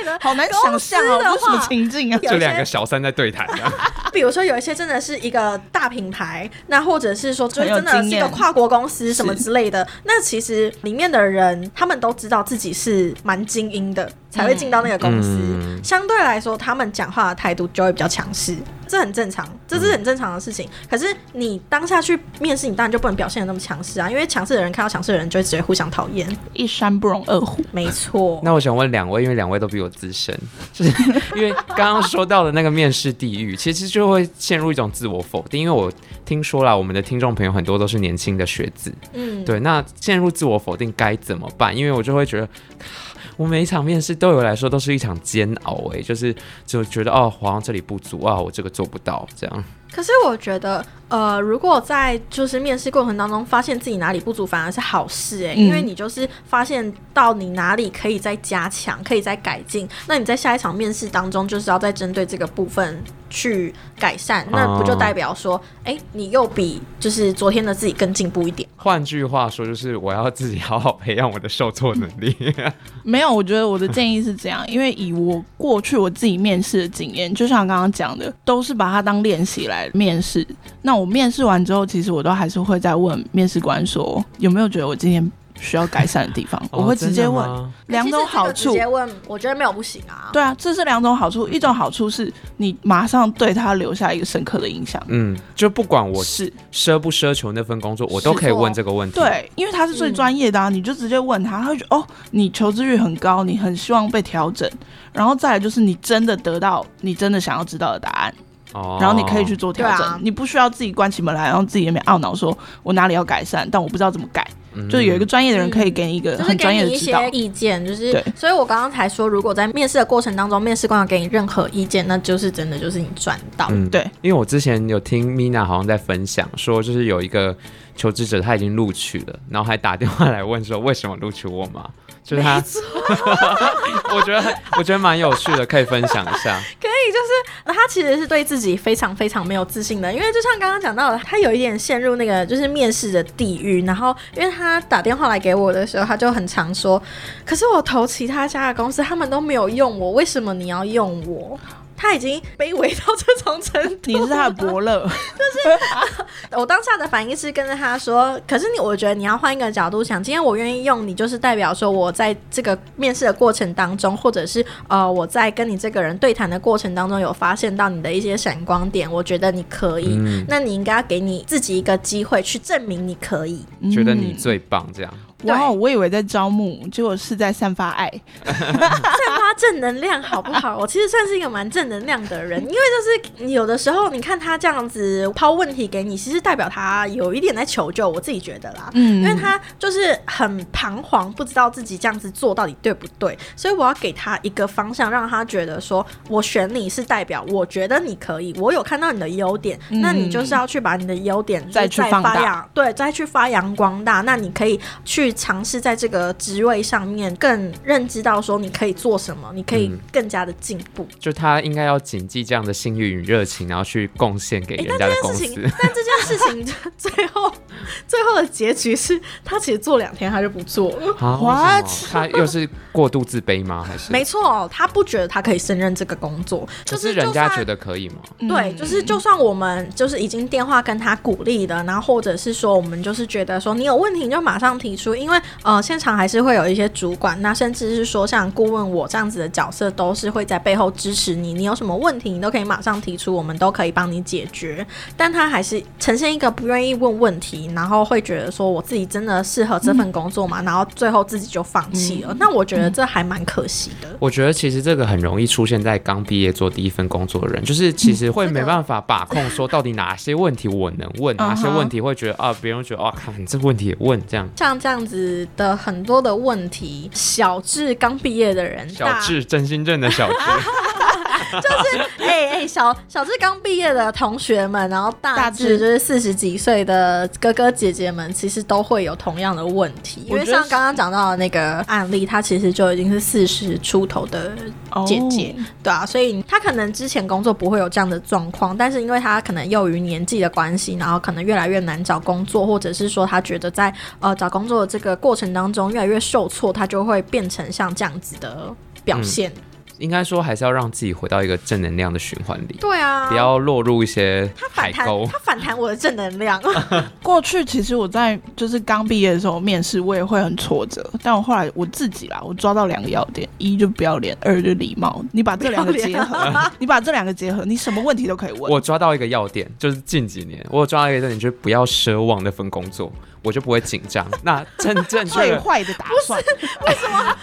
S3: 的，
S2: 好难想象哦，这是
S3: 公
S2: 什
S3: 司的话
S2: 么情境啊？
S3: 有
S1: 就
S3: 些
S1: 两个小三在对谈，这样
S3: 比如说有一些真的是一个大品牌，那或者是说就是
S2: 很有
S3: 真的是
S2: 经
S3: 一
S2: 验
S3: 个跨国公司什么之类的，那其实里面的人他们都知道自己是蛮精英的，才会进到那个 *laughs* 公司。
S1: 嗯
S3: 相对来说，他们讲话的态度就会比较强势，这很正常，这是很正常的事情。可是你当下去面试，你当然就不能表现的那么强势啊，因为强势的人看到强势的人就会直接互相讨厌。
S2: 一山不容二虎。
S3: 没错，
S1: 那我想问两位，因为两位都比我资深， *laughs* 就是因为刚刚说到的那个面试地狱，其实就会陷入一种自我否定。因为我听说啦，我们的听众朋友很多都是年轻的学子，
S3: 嗯，
S1: 对，那陷入自我否定该怎么办？因为我就会觉得，我每一场面试对我来说都是一场煎熬、欸，就是就觉得哦，好像这里不足啊，我这个做不到，这样。
S3: 可是我觉得，呃，如果在就是面试过程当中发现自己哪里不足，反而是好事哎、
S2: 嗯
S3: 因为你就是发现到你哪里可以再加强，可以再改进。那你在下一场面试当中，就是要再针对这个部分去改善，
S2: 啊
S3: 那不就代表说，哎、你又比就是昨天的自己更进步一点？
S1: 换句话说，就是我要自己好好培养我的受挫能力。
S2: 没有，我觉得我的建议是这样，因为以我过去我自己面试的经验，就像刚刚讲的，都是把它当练习来面试。那我面试完之后，其实我都还是会再问面试官说有没有觉得我今天需要改善的地方， *laughs* 我会直接问
S1: 哦
S2: 两种好
S3: 其实
S2: 处
S3: 这个直。接问，我觉得没有不行啊。
S2: 对啊，这是两种好处，一种好处是你马上对他留下一个深刻的印象，
S1: 真的吗。嗯，就不管我
S2: 是
S1: 奢不奢求那份工作，我都可以问这个问题。，
S2: 对，因为他是最专业的啊，你就直接问他，他会觉得哦，你求知欲很高，你很希望被调整，然后再来就是你真的得到你真的想要知道的答案，
S1: 哦
S2: 然后你可以去。做调整，
S3: 对啊
S2: 你不需要自己关起门来，然后自己也没懊恼说我哪里要改善，但我不知道怎么改，
S1: 嗯
S2: 就是有一个专业的人可以给你一个
S3: 嗯就是
S2: 很
S3: 给
S2: 专业
S3: 你
S2: 的
S3: 一
S2: 指导
S3: 些。意见，就是
S2: 对，
S3: 所以我刚刚才说，如果在面试的过程当中，面试官有给你任何意见，那就是真的就是你赚到。
S1: 嗯，
S2: 对，
S1: 因为我之前有听 Mina 好像在分享说，就是有一个求职者他已经录取了，然后还打电话来问说为什么录取我
S3: *laughs*
S1: 嘛，就是他， *laughs* 我觉得我觉得蛮有趣的，可以分享一下。
S3: 可以，就是呃他其实是对自己非常非常没有自信的，因为就像刚刚讲到的，他有一点陷入那个就是面试的地狱。然后，因为他打电话来给我的时候，他就很常说：“可是我投其他家的公司，他们都没有用我，为什么你要用我？”他已经卑微到这种程度，
S2: 你是他的伯乐，
S3: 我当下的反应是跟着他说，可是你，我觉得你要换一个角度想，今天我愿意用你，就是代表说我在这个面试的过程当中，或者是呃我在跟你这个人对谈的过程当中，有发现到你的一些闪光点，我觉得你可以，
S1: 嗯，
S3: 那你应该要给你自己一个机会去证明你可以。
S1: *laughs*
S3: *laughs*
S1: 觉得你最棒这样。
S2: 嗯。哇哦，我以为在招募，结果是在散发爱。
S3: 散发正能量好不好？我其实算是一个蛮正能量的人，因为就是你有的时候，你看他这样子抛问题给你，其实代表他有一点在求救，我自己觉得啦。
S2: 嗯，
S3: 因为他就是很彷徨，不知道自己这样子做到底对不对，所以我要给他一个方向，让他觉得说，我选你是代表我觉得你可以，我有看到你的优点，
S2: 嗯
S3: 那你就是要去把你的优点就是
S2: 再去
S3: 再
S2: 放大
S3: 发扬，对，再去发扬光大。那你可以去尝试在这个职位上面更认知到说你可以做什么，你可以
S1: 嗯
S3: 更加的进步。
S1: 就他应该要谨记这样的信誉与热情，然后去贡献给人家的公
S3: 事情
S1: 司。，
S3: 哎 *laughs* 但这件事情最后最后的结局是他其实做两天他就不做了。
S1: *laughs* 啊
S2: What？
S1: 为什么他又是过度自卑吗？还是
S3: 呃没错，他不觉得他可以胜任这个工作，就
S1: 可
S3: 是
S1: 是人家
S3: 就算
S1: 觉得可以吗？
S2: 嗯
S3: 对，就是就算我们就是已经电话跟他鼓励的，然后或者是说我们就是觉得说你有问题你就马上提出，因为呃现场还是会有一些主管，那甚至是说像顾问我这样子的角色，都是会在背后支持你，你有什么问题你都可以马上提出，我们都可以帮你解决。但他还是呈现一个不愿意问问题，然后会觉得说我自己真的适合这份工作嘛，然后最后自己就放弃了。那我觉得这还蛮可惜的。
S1: 我觉得其实这个很容易出现在刚毕业做第一份工作的人，就是其实会没办法把控，说到底哪些问题我能问，
S2: 嗯哼
S1: 哪些问题会觉得啊，别人会觉得啊，看这问题也问这样。
S3: 像这样子的很多的问题，小智刚毕业的人，
S1: 小智，真心正的小智，
S3: 大，哎哎、小小智刚毕业的同学们，然后大
S2: 大
S3: 智
S2: 智
S3: 就是四十几岁的哥哥姐姐们，其实都会有同样的问题，因为
S2: 我觉得
S3: 像
S2: 是
S3: 刚刚讲到的那个案例，他其实就已经是四十出头的姐姐，对啊，所以他可能之前工作不会有这样的状况，但是因为他可能由于年纪的关系，然后可能越来越难找工作，或者是说他觉得在呃找工作的这个过程当中越来越受挫，他就会变成像这样子的表现。
S1: 应该说还是要让自己回到一个正能量的循环
S3: *laughs*
S1: 里，
S3: 对啊，
S1: 不要落入一些
S3: 他
S1: 海
S3: 反弹
S1: 沟，。
S3: 他反弹我的正能量。 *laughs*
S2: 过去其实我在就是刚毕业的时候面试，我也会很挫折，但我后来我自己啦，我抓到两个要点：一就不要脸，二就礼貌。你把这两个结 *laughs*
S3: 不要
S2: 合，你把这两个结合，你什么问题都可以问。
S1: 我抓到一个要点，就是近几年我有抓到一个要点，就是不要奢望那份工作，我就不会紧张。那正正确
S2: 最
S1: 的
S2: 坏的打算，
S3: 为什么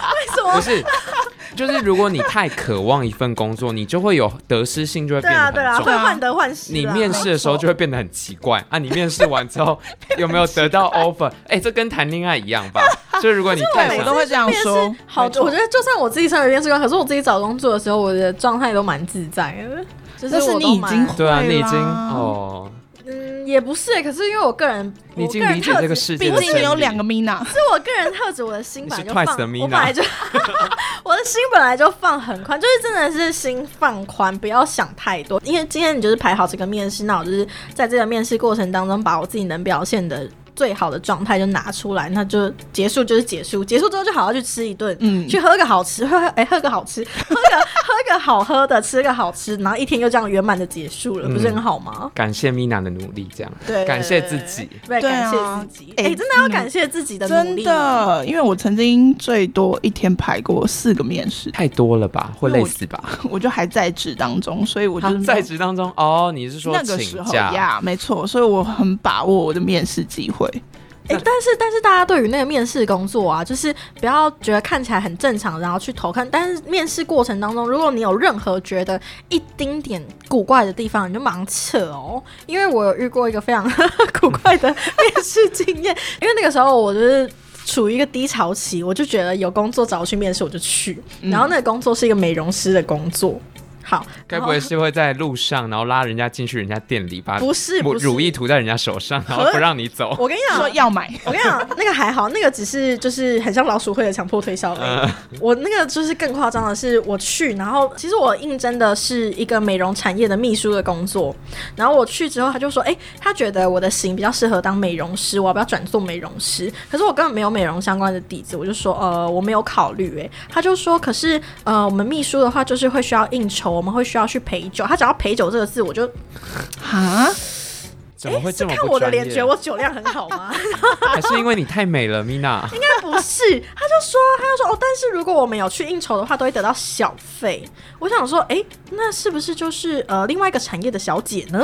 S1: 不是， *laughs* 就是如果你太渴望一份工作，你就会有得失心就会
S3: 对
S1: 变得
S3: 啊，
S1: 很
S3: 对啊，
S1: 重。
S3: 会患得患失啊。
S1: 你面试的时候就会变得很奇怪啊！你面试完之
S3: *laughs*
S1: 后有没有得到 offer？哎、这跟谈恋爱一样吧？所以如果你太
S2: 对我
S1: 想
S2: 都会这样
S3: 面试
S2: 说。
S3: 好，我
S2: 没错
S3: 觉得就算我自己身为面试官，可是我自己找工作的时候，我的状态都蛮自在的。就是
S2: 但是
S3: 我
S2: 你
S3: 都
S2: 已
S3: 蛮
S2: 经
S1: 对啊，
S2: 会啦
S1: 你已经哦，
S3: 嗯，也不是，可是因为我个人，
S1: 你已经
S3: 我人
S1: 理解
S3: 特
S1: 这个
S3: 质
S1: 世界
S2: 毕
S1: 的
S2: 竟
S1: 真
S2: 你
S1: 理
S2: 有两个啊 Mina，
S3: 是我个人特质，我的心本来就
S1: 你是
S3: 放，
S1: Twice 的 Mina
S3: 我本来就， *laughs* 我的心本来就放很宽，就是真的是心放宽，不要想太多。因为今天你就是排好这个面试，那我就是在这个面试过程当中，把我自己能表现的最好的状态就拿出来，那就结束就是结束，结束之后就好好去吃一顿，
S2: 嗯
S3: 去喝个好吃， *laughs* 喝哎、喝个好吃，喝个 *laughs* 喝个好喝的，吃个好吃，然后一天就这样圆满的结束
S1: 嗯
S3: 了，不是很好吗？
S1: 感谢 Mina 的努力，这样
S3: 对，
S1: 感谢自己。
S3: 对，
S2: 对
S3: 感
S2: 啊
S3: 谢自己。哎、
S2: 哎
S3: 真的要感谢自己的努
S2: 真
S3: 力，哦
S2: 的，因为我曾经最多一天排过四个面试，
S1: 太多了吧，会
S2: 因为
S1: 累
S2: 我
S1: 死吧？
S2: 我就还在职当中，所以我就
S1: 啊 *laughs*
S2: 是
S1: 在职当中哦，你是说
S2: 那个时
S1: 请
S2: 候
S1: 假？
S2: 呀，没错，所以我很把握我的面试机会。
S3: 哎、但是但是大家对于那个面试工作啊，就是不要觉得看起来很正常，然后去投看。但是面试过程当中，如果你有任何觉得一丁点古怪的地方，你就忙撤哦。因为我有遇过一个非常 *laughs* 古怪的面试经验，因为那个时候我就是。处于一个低潮期，我就觉得有工作找我去面试我就去，然后那个工作是一个美容师的工作。好，
S1: 嗯 *laughs* 该
S3: 然
S1: 不
S3: 后
S1: 会是会在路上，然后拉人家进去人家店里，把
S3: 不是不是
S1: 乳液涂在人家手上，然后不让你走？
S3: 我跟你讲，
S2: 说要买，
S3: 我跟你讲，那个还好，那个只是就是很像老鼠会的强迫推销而已。我那个就是更夸张的是，我去，然后其实我应征的是一个美容产业的秘书的工作，然后我去之后，他就说，哎、他觉得我的型比较适合当美容师，我要不要转做美容师？可是我根本没有美容相关的底子，我就说，呃，我没有考虑。哎，他就说，可是呃，我们秘书的话就是会需要应酬，我们会需要去陪酒。他只要陪酒这个字，我就
S2: 哈，
S1: 怎么会这么
S3: 看
S1: 不
S3: 我的
S1: 专业？
S3: 脸，觉得我酒量很好吗？
S1: 还是因为你太美了，米娜。
S3: *laughs* 应该不是，他就说，他就说哦，但是如果我们有去应酬的话，都会得到小费。我想说，诶，那是不是就是呃另外一个产业的小姐呢？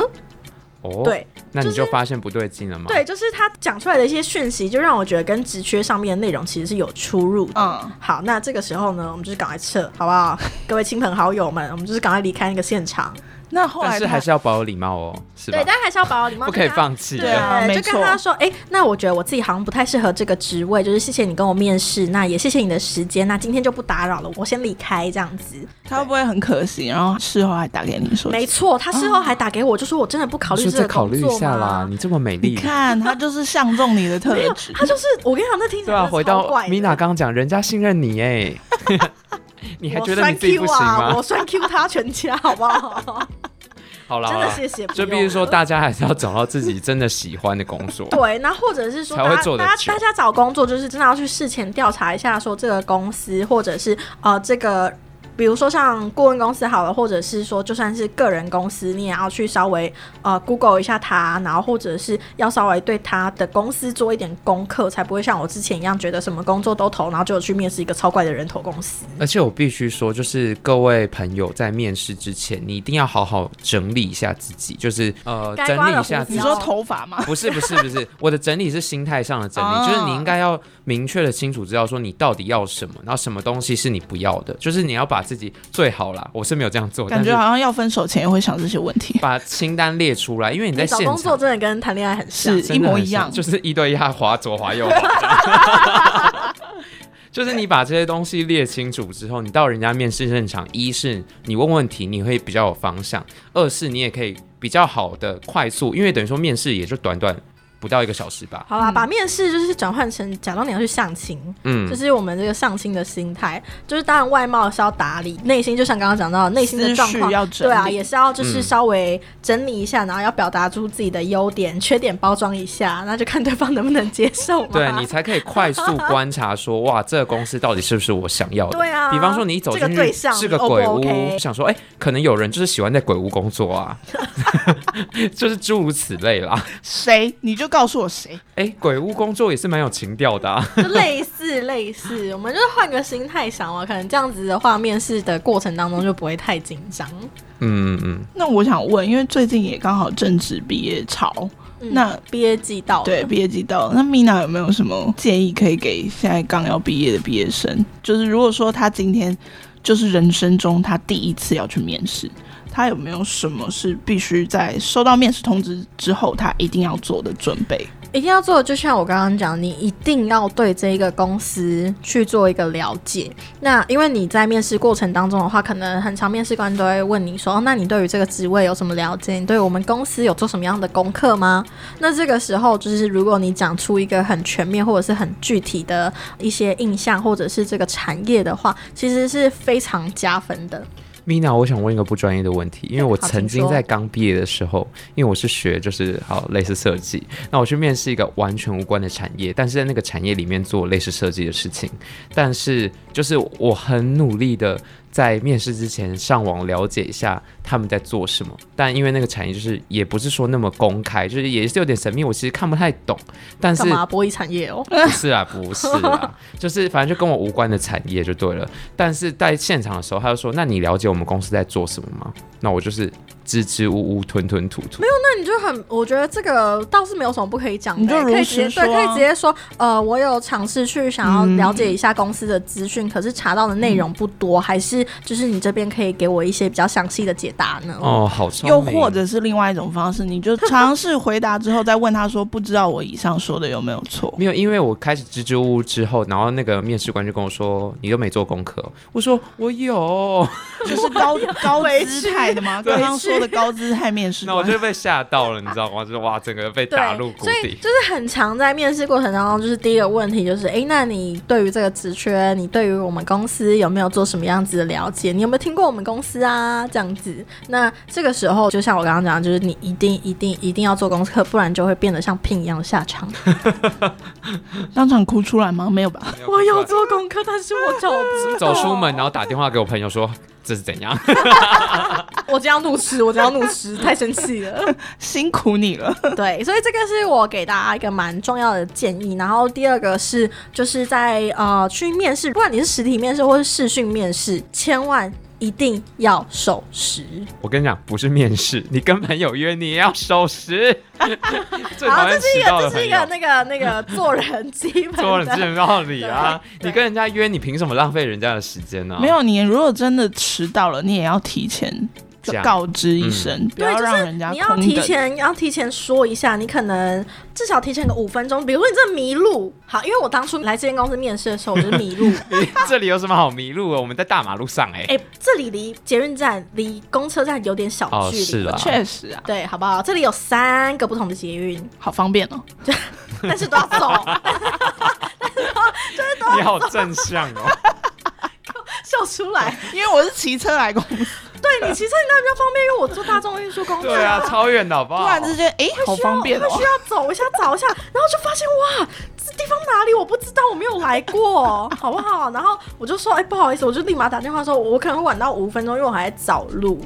S1: 哦，
S3: 对，
S1: 那你
S3: 就是
S1: 就发现不对劲了吗？
S3: 对，，就是他讲出来的一些讯息，就让我觉得跟职缺上面的内容其实是有出入的。
S2: 嗯，
S3: 好，那这个时候呢，我们就是赶快撤，好
S1: *laughs*
S3: 不好？各位亲朋好友们，我们就是赶快离开那个现场。
S2: 那后
S1: 但
S2: 来
S1: 是
S2: 他
S1: 还是要保有礼貌哦，是吧
S3: 对，？但还是要保有礼貌，
S1: 不可以
S3: 跟他
S1: 放弃
S3: 啊对
S1: 的。
S2: 啊没
S3: 就跟他说，哎、那我觉得我自己好像不太适合这个职位，就是谢谢你跟我面试，那也谢谢你的时间，那今天就不打扰了，我先离开这样子。
S2: 他会不会很可惜？然后事后还打给你说，
S3: 没错，他事后还打给我，就说我真的不考虑
S1: 哦你说
S3: 这
S1: 再
S3: 个
S1: 考
S3: 工
S1: 虑一
S3: 作
S1: 下啦
S3: 吗，？
S1: 你这么美
S2: 你
S1: 丽。
S2: 看他就是相中你的特
S3: 没有，
S2: 质，
S3: 他就是我跟你讲，那听起
S1: 对
S3: 来
S1: 啊，
S3: 真的
S1: 回
S3: 超
S1: 到
S3: 怪的
S1: Mina 刚刚讲，人家信任你
S3: *laughs*
S1: 哎，你还
S3: 我
S1: 觉得
S3: 酸
S1: 你自己
S3: Q
S1: 不行
S3: 啊，我
S1: 吗？
S3: 酸 Q 他全家，好
S1: *laughs*
S3: 不好？
S1: 好啦，
S3: 真
S1: 好
S3: 的
S1: 啦
S3: 谢谢。
S1: 就
S3: 不
S1: 必
S3: 用
S1: 须说，
S3: 了
S1: 大家还是要找到自己真的喜欢的工作。
S3: *laughs* 对，那或者是说，
S1: 才
S3: 大
S1: 会
S3: 家
S1: 做得
S3: 大
S1: 久
S3: 家大家找工作就是真的要去事前调查一下，说这个公司或者是呃这个。比如说像顾问公司好了，或者是说就算是个人公司，你也要去稍微呃 Google 一下它，然后或者是要稍微对它的公司做一点功课，才不会像我之前一样觉得什么工作都投，然后就去面试一个超怪的人头公司。
S1: 而且我必须说，就是各位朋友在面试之前，你一定要好好整理一下自己，就是呃，
S3: 该
S1: 整
S3: 刮
S1: 理
S3: 的
S1: 一下
S3: 胡
S1: 自
S3: 子
S2: 你
S1: 己
S3: 要。
S2: 说头发吗？
S1: *laughs* 不是不是不是，我的整理是心态上的整
S2: 哦
S1: 理，就是你应该要明确的清楚知道说你到底要什么，然后什么东西是你不要的，就是你要把自己最好啦。我是没有这样做，
S2: 感
S1: 但
S2: 觉
S1: 是
S2: 好像要分手前也会想这些问题，
S1: 把清单列出来，因为你在
S3: 找
S1: 现
S3: 工作
S1: 场
S3: 真的跟谈恋爱很像，
S2: 是一
S1: 真的
S2: 模
S1: 很
S2: 一
S1: 像
S2: 样。
S1: 就是一对一还滑左滑右滑这样。 *laughs* 就是你把这些东西列清楚之后，你到人家面试现场，一是你问问题，你会比较有方向；二是你也可以比较好的快速，因为等于说面试也就短短不到一个小时吧。
S3: 好啦，
S2: 嗯
S3: 把面试就是转换成假装你要去相亲，
S1: 嗯
S3: 这是我们这个上心的心态，就是当然外貌是要打理，内心就像刚刚讲到的内心的
S2: 思
S3: 状
S2: 绪
S3: 况，
S2: 要整
S3: 对啊，
S2: 理
S3: 也是要就是
S1: 嗯
S3: 稍微整理一下，然后要表达出自己的优点、缺点，包装一下，那就看对方能不能接受
S1: *laughs*
S3: 嘛。
S1: 对你才可以快速观察说，哇，这个公司到底是不是我想要的？
S3: 对啊
S1: 比方说你一走进
S3: 这
S1: 去
S3: 个对象
S1: 是个
S3: O 不
S1: 鬼屋，
S3: OK？
S1: 想说，哎、可能有人就是喜欢在鬼屋工作
S3: *laughs*
S1: 啊，就是诸如此类啦。
S2: 谁？你就告诉我谁？
S1: 哎、鬼屋工作也是蛮有情调的、啊，
S3: 就类似类似，我们就是换个心态想嘛，可能这样子的话，面试的过程当中就不会太紧张。
S1: 嗯嗯
S2: 那我想问，因为最近也刚好正值毕业潮，
S3: 嗯
S2: 那
S3: 毕业季到了，
S2: 对，毕业季到了，那 Mina 有没有什么建议可以给现在刚要毕业的毕业生？就是如果说他今天就是人生中他第一次要去面试，他有没有什么是必须在收到面试通知之后他一定要做的准备？
S3: 一定要做的，就像我刚刚讲，你一定要对这一个公司去做一个了解。那因为你在面试过程当中的话，可能很长面试官都会问你说：“哦，那你对于这个职位有什么了解？你对我们公司有做什么样的功课吗？”那这个时候，就是如果你讲出一个很全面或者是很具体的一些印象，或者是这个产业的话，其实是非常加分的。
S1: Mina，我想问一个不专业的问题，因为我
S3: 哎好
S1: 曾
S3: 请
S1: 经
S3: 说
S1: 在刚毕业的时候，因为我是学就是好类似设计，那我去面试一个完全无关的产业，但是在那个产业里面做类似设计的事情，但是就是我很努力的在面试之前上网了解一下他们在做什么。但因为那个产业就是也不是说那么公开，就是也是有点神秘，我其实看不太懂。但是
S3: 干嘛博弈产业哦？
S1: 不是 *laughs* 啊，不是啊，就是反正就跟我无关的产业就对了。但是在现场的时候，他就说：“那你了解我们公司在做什么吗？”那我就是支支吾吾、吞吞吐吐。没有，
S3: 那你就很，我觉得这个倒是没有什么不可以讲的，欸
S2: 你就如
S3: 可以
S2: 实
S3: 直接对，
S2: 说
S3: 可
S2: 啊
S3: 以直接说，呃，我有尝试去想要
S2: 嗯
S3: 了解一下公司的资讯，可是查到的内容不多，还是就是你这边可以给我一些比较详细的解答呢？
S1: 哦，好聪
S2: 又
S1: 明
S2: 或者是另外一种方式，你就尝试回答之后再问他说，不知道我以上说的有没有
S1: *laughs*
S2: 错？
S1: 没有，因为我开始支支吾吾之后，然后那个面试官就跟我说：“你都没做功课哦。”我说：“我有。
S2: 就是高高姿态的吗？
S1: 对
S2: 刚刚说的高姿态面”
S1: *laughs*
S2: 试
S1: 那我
S2: 官，
S1: 就被吓到了，你知道吗？就是哇，整个被
S3: 对
S1: 打入，谷
S3: 所以
S1: 底。
S3: 就是很常在面试过程当中，就是第一个问题就是，哎，那你对于这个职缺，你对于我们公司有没有做什么样子的了解？你有没有听过我们公司啊？这样子，那这个时候就像我刚刚讲的，就是你一定一定一定要做功课，不然就会变得像聘一样的下场。
S2: 当场哭出来吗？没有吧？
S3: 我有做功课，但是我找不
S1: 走出门，然后打电话给我朋友说：“这是怎样？”
S3: *laughs* 我这样怒吃，我这样怒 *laughs* 吃，太生气了。
S2: 辛苦你了。
S3: 对，所以这个是我给大家一个蛮重要的建议。然后第二个是，就是在呃去面试，不管你是实体面试或是视讯面试，千万一定要守时。
S1: 我跟你讲，不是面试，你跟朋友约，你也要守
S3: *laughs*
S1: 时。最
S3: 好，
S1: 讨
S3: 这
S1: 厌
S3: 是一
S1: 迟到
S3: 个，
S1: 的
S3: 这是
S1: 朋
S3: 一个
S1: 友。
S3: 那个那个做人基本
S1: *laughs*
S3: 的。
S1: 做人之道理啊！
S3: 对对
S1: 你跟人家约，你凭什么浪费人家的时间呢、*laughs*
S2: 没，有，你如果真的迟到了，你也要提前
S1: 讲嗯
S2: 告知一声，不
S3: *laughs* 对
S2: 要
S3: 就是
S2: 让人家
S3: 你要
S2: 空
S3: 提
S2: 等。
S3: 前要提前说一下，你可能至少提前个五分钟。比如说你真的迷路，好，因为我当初来这间公司面试的时候，我就是迷路。
S1: 这里有什么好迷路的？我们在大马路上哎、
S3: *laughs* 哎、这里离捷运站、离公车站有点小
S1: 哦
S3: 距离，
S1: 是啦
S2: 确实啊，
S3: 对，好不好？这里有三个不同的捷运，
S2: 好方便
S3: *laughs*
S2: 哦。
S3: 但是都要走，
S1: *laughs* 你好正向
S3: *laughs*
S1: 哦。
S3: 笑出来。
S2: 因为我是骑车来公司，
S3: 对你骑车你当然比较方便，因为我坐大众运输工具。
S1: 对啊，超远的好不好？
S2: 突然之间，哎、好
S3: 会需要
S2: 方便哦
S3: 会。需要走一下，找一下，然后就发现哇，这地方哪里我不知道，我没有来过，好不好？然后我就说，哎、不好意思，我就立马打电话说，我可能会晚到五分钟，因为我还在找路，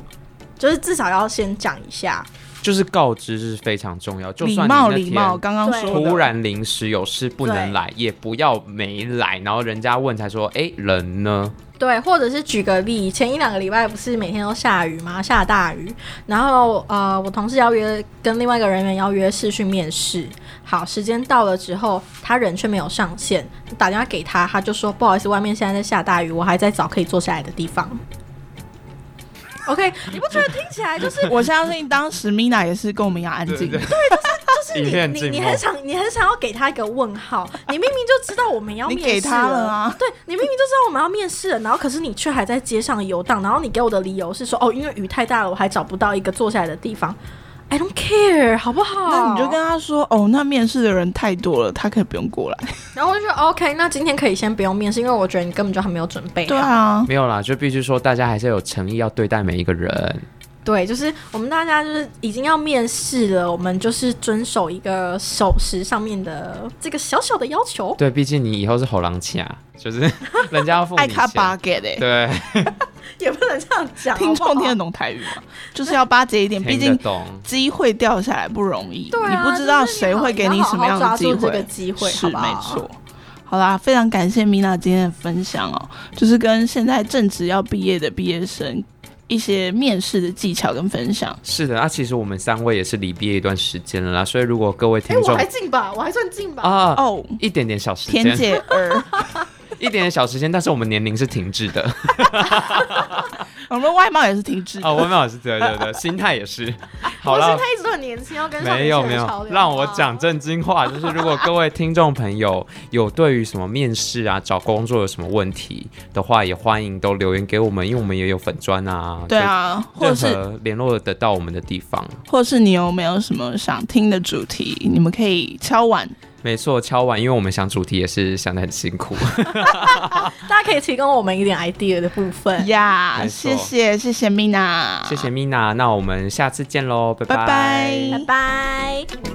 S3: 就是至少要先讲一下。
S1: 就是告知是非常重要，就
S2: 礼
S1: 算你
S2: 貌
S1: 那
S2: 礼貌，
S1: 天
S2: 刚刚说的
S1: 突然临时有事不能来，也不要没来，然后人家问才说，哎、人呢？
S3: 对，或者是举个例，前一两个礼拜不是每天都下雨吗？下大雨，然后呃，我同事要约跟另外一个人员要约视讯面试，好，时间到了之后，他人却没有上线，打电话给他，他就说不好意思，外面现在在下大雨，我还在找可以坐下来的地方。OK，你不觉得听起来就是
S2: 我相信当时 Mina 也是跟我们一样安静
S1: 对，
S2: 的
S3: 就是
S1: 一片
S3: 你你
S1: 静
S3: 你
S1: 默
S3: 很想你很想要给他一个问号，你明明就知道我们要
S2: 你
S3: 面试
S2: 给他了
S3: 了
S2: 啊。
S3: 对你明明就知道我们要面试了，然后可是你却还在街上游荡，然后你给我的理由是说，哦，因为雨太大了，我还找不到一个坐下来的地方。I don't care，好不好？
S2: 那你就跟，他说，
S3: 啊
S2: 哦，那面试的人太多了，他可以不用过
S1: 哎
S2: 来。
S3: 然后我就说哦 OK，那今天可以先不用面试，因为我觉得你根本就还没有准备好。
S2: 对啊，
S1: 没有啦，就必须说大家还是有诚意要对待每一个人。
S3: 对，就是我们大家就是已经要面试了，我们就是遵守一个守时上面的这个小小的要求。
S1: 对，毕竟你以后是猴狼卡，就是 *laughs* 人家要付
S2: 爱
S1: 你
S2: 卡巴
S1: 钱。
S2: 给
S1: *laughs*
S2: 的。
S1: 对，
S3: 也不能这样讲，
S2: 欸听
S3: 好
S2: 众
S3: 不好
S2: 听得懂台语吗？就是要巴结一点，毕
S1: 听得
S2: 竟
S1: 懂。
S2: 机会掉下来不容易，
S3: 对啊
S2: 你不知道谁会给你什么样的机
S3: 就是你好好抓住这
S2: 会
S3: 个。机会，
S2: 是
S3: 好不好
S2: 没错。好啦，非常感谢米娜今天的分享哦，就是跟现在正值要毕业的毕业生一些面试的技巧跟分享。
S1: 是的，那、其实我们三位也是离毕业一段时间了啦，所以如果各位
S3: 哎、
S1: 听
S3: 我
S1: 众
S3: 还近吧，我还算近吧。
S1: 啊、
S2: 哦，
S1: 一点点小时间，
S2: 田姐
S1: *laughs*
S2: 儿，
S1: 一点点小时间，但是我们年龄是停滞的
S2: 我们外貌也是挺直的。
S1: 啊，我们老师对对对，心态也是。好
S3: 我
S1: 了
S3: 是，他一直都很年轻，要跟上
S1: 没有
S3: 年
S1: 没
S3: 轻人的潮啊
S1: 有
S3: 流，
S1: 让我讲
S3: 好
S1: 正经话，就是如果各位听众朋友有对于什么面试啊、找工作有什么问题的话，也欢迎都留言给我们，因为我们也有粉砖啊，
S2: 对，啊，或者
S1: 任
S2: 是
S1: 何联络得到我们的地方。
S2: 或是你有没有什么想听的主题，你们可以敲碗。
S1: 没错，敲完，因为我们想主题也是想得很辛
S2: *laughs*
S1: 苦。
S3: 好大家可以提供我们一点 idea 的部分。
S2: 呀、
S1: 没错
S2: 谢谢谢谢米娜，
S1: 谢谢 Mina，那我们下次见喽，拜
S2: 拜拜
S3: 拜拜。